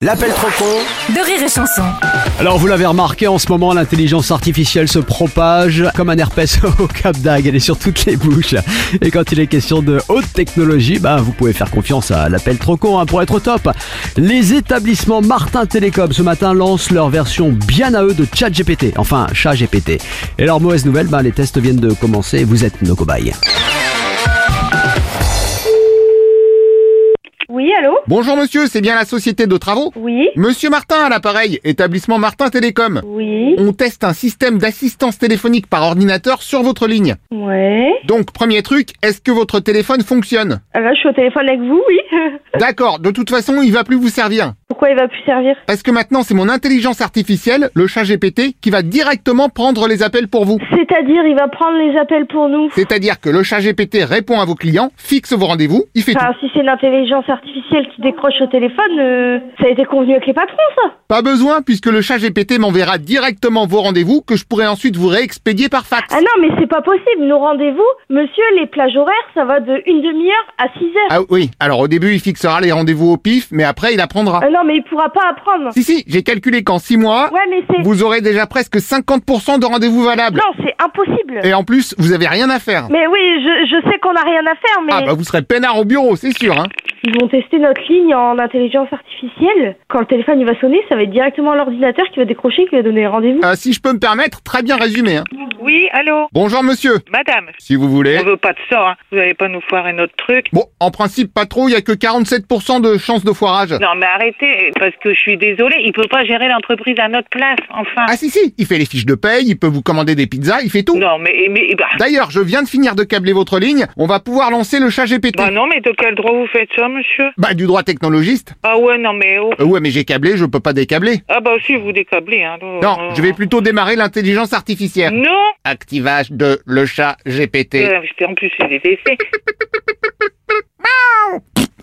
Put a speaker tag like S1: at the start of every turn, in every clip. S1: L'appel trop con
S2: de rire et chanson.
S3: Alors vous l'avez remarqué, en ce moment l'intelligence artificielle se propage comme un herpès au Cap d'Agde, elle est sur toutes les bouches. Et quand il est question de haute technologie, bah, vous pouvez faire confiance à l'appel trop con hein, pour être au top. Les établissements Martin Télécom ce matin lancent leur version bien à eux de ChatGPT, enfin ChatGPT. Et leur mauvaise nouvelle, bah, les tests viennent de commencer, vous êtes nos cobayes.
S4: Oui, allô
S5: Bonjour monsieur, c'est bien la société de travaux
S4: Oui,
S5: Monsieur Martin à l'appareil, établissement Martin Télécom.
S4: oui,
S5: On teste un système d'assistance téléphonique par ordinateur sur votre ligne.
S4: ouais.
S5: Donc premier truc, est-ce que votre téléphone fonctionne
S4: Ah Là, je suis au téléphone avec vous, oui.
S5: D'accord, de toute façon il va plus vous servir.
S4: Pourquoi il va plus servir
S5: Parce que maintenant c'est mon intelligence artificielle, le chat GPT, qui va directement prendre les appels pour vous.
S4: C'est-à-dire, il va prendre les appels pour nous.
S5: C'est-à-dire que le chat GPT répond à vos clients, fixe vos rendez-vous, il fait tout.
S4: Enfin, si c'est une intelligence artificielle qui décroche au téléphone, euh, ça a été convenu avec les patrons, ça.
S5: Pas besoin puisque le chat GPT m'enverra directement vos rendez-vous que je pourrai ensuite vous réexpédier par fax.
S4: Ah non, mais c'est pas possible. Nos rendez-vous, monsieur, les plages horaires, ça va de une demi-heure à six heures.
S5: Ah oui, alors au début il fixera les rendez-vous au pif, mais après il apprendra.
S4: Ah non, mais il pourra pas apprendre.
S5: Si, si, j'ai calculé qu'en 6 mois,
S4: Ouais, mais c'est...
S5: vous aurez déjà presque 50% de rendez-vous valables.
S4: Non, c'est impossible.
S5: Et en plus, vous avez rien à faire.
S4: Mais oui, je, je sais qu'on a rien à faire, mais...
S5: Ah bah vous serez peinard au bureau, c'est sûr. Hein.
S4: Ils vont tester notre ligne en intelligence artificielle. Quand le téléphone il va sonner, ça va être directement l'ordinateur qui va décrocher, qui va donner le rendez-vous.
S5: Euh, si je peux me permettre, très bien résumé. Hein.
S6: Oui, allô
S5: Bonjour monsieur,
S6: Madame,
S5: si vous voulez.
S6: on veut pas de ça, hein. vous n'allez pas nous foirer notre truc.
S5: Bon, en principe pas trop, il y a que 47% de chances de foirage.
S6: Non mais arrêtez, parce que je suis désolée, il peut pas gérer l'entreprise à notre place, enfin.
S5: Ah si si, il fait les fiches de paye, il peut vous commander des pizzas, il fait tout.
S6: Non mais, mais bah,
S5: D'ailleurs, je viens de finir de câbler votre ligne, on va pouvoir lancer le chat GPT.
S6: bah non, mais de quel droit vous faites ça, monsieur
S5: Bah, du droit technologiste.
S6: Ah ouais, non mais oh.
S5: Euh, ouais, mais j'ai câblé, je peux pas décabler.
S6: Ah bah aussi, vous décablez, hein. donc,
S5: Non,
S6: euh,
S5: je vais plutôt démarrer l'intelligence artificielle.
S6: Non
S5: Activage de le chat GPT.
S6: Mm. Euh, putain, En plus, j'ai des essais.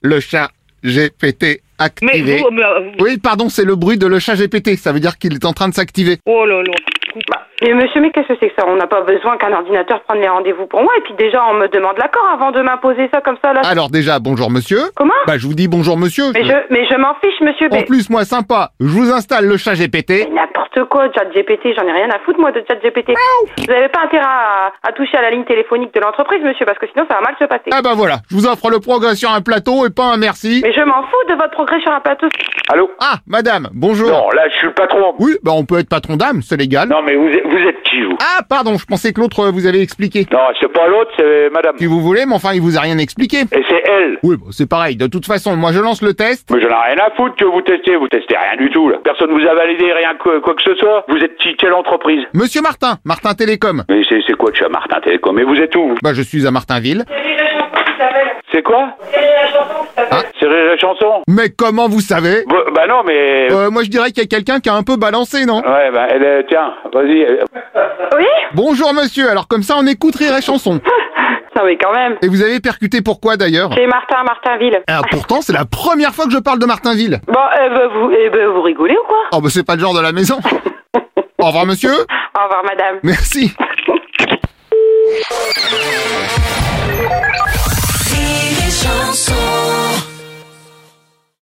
S5: Le chat GPT
S6: Mais
S5: activé.
S6: vous, mais, euh, vous-
S5: Oui, pardon, c'est le bruit de le chat GPT. Ça veut dire qu'il est en train de s'activer.
S6: Oh là là.
S7: Bah, mais monsieur, mais qu'est-ce que c'est que ça On n'a pas besoin qu'un ordinateur prenne les rendez-vous pour moi. Et puis déjà, on me demande l'accord avant de m'imposer ça comme ça. Là.
S5: Alors déjà, bonjour monsieur.
S7: Comment
S5: Ah, Bah, je vous dis bonjour monsieur.
S7: Ah. Mais
S5: Je-
S7: je, mais je m'en fiche, monsieur.
S5: En
S7: Mais,
S5: plus, moi, sympa, je vous installe le chat GPT.
S7: mais n'importe quoi, ChatGPT, j'en ai rien à foutre, moi, de ChatGPT. Vous n'avez pas intérêt à, à toucher à la ligne téléphonique de l'entreprise, monsieur, parce que sinon, ça va mal se passer.
S5: Ah bah voilà, je vous offre le progrès sur un plateau et pas un merci.
S7: Mais je m'en fous de votre progrès sur un plateau.
S8: Allô
S5: Ah, madame, bonjour.
S8: Non, là, je suis le patron.
S5: Oui, bah on peut être patron d'âme, c'est légal.
S8: Non, mais vous êtes, vous êtes qui, vous
S5: Ah, pardon, je pensais que l'autre euh, vous avait expliqué.
S8: Non, c'est pas l'autre, c'est madame.
S5: Si vous voulez, mais enfin, il vous a rien expliqué.
S8: Et c'est elle.
S5: Oui, bah, c'est pareil. De toute façon, moi, je lance le test.
S8: Mais j'en ai rien à foutre que vous testez. Vous testez rien du tout, là. Personne vous a validé rien que quoi que ce soit. Vous êtes qui Quelle entreprise
S5: Monsieur Martin, Martin Télécom.
S8: Mais c'est c'est quoi que je suis à Martin Télécom Mais vous êtes où vous
S5: Bah, je suis à Martinville.
S8: C'est quoi C'est la chanson
S5: Mais comment vous savez
S8: Bah, bah non, mais...
S5: Euh, moi je dirais qu'il y a quelqu'un qui a un peu balancé, non
S8: Ouais, bah, elle, est- tiens, vas-y. euh,
S7: Oui
S5: Bonjour monsieur, alors comme ça on écoute Rire et Chanson.
S7: Non, mais quand même.
S5: Et vous avez percuté pourquoi d'ailleurs
S7: C'est Martin, Martinville.
S5: Ah pourtant c'est la première fois que je parle de Martinville.
S7: Bon, euh, bah, vous, eh, bah, vous rigolez ou quoi
S5: Oh bah c'est pas le genre de la maison. Au revoir monsieur.
S7: Au revoir, madame.
S5: Merci.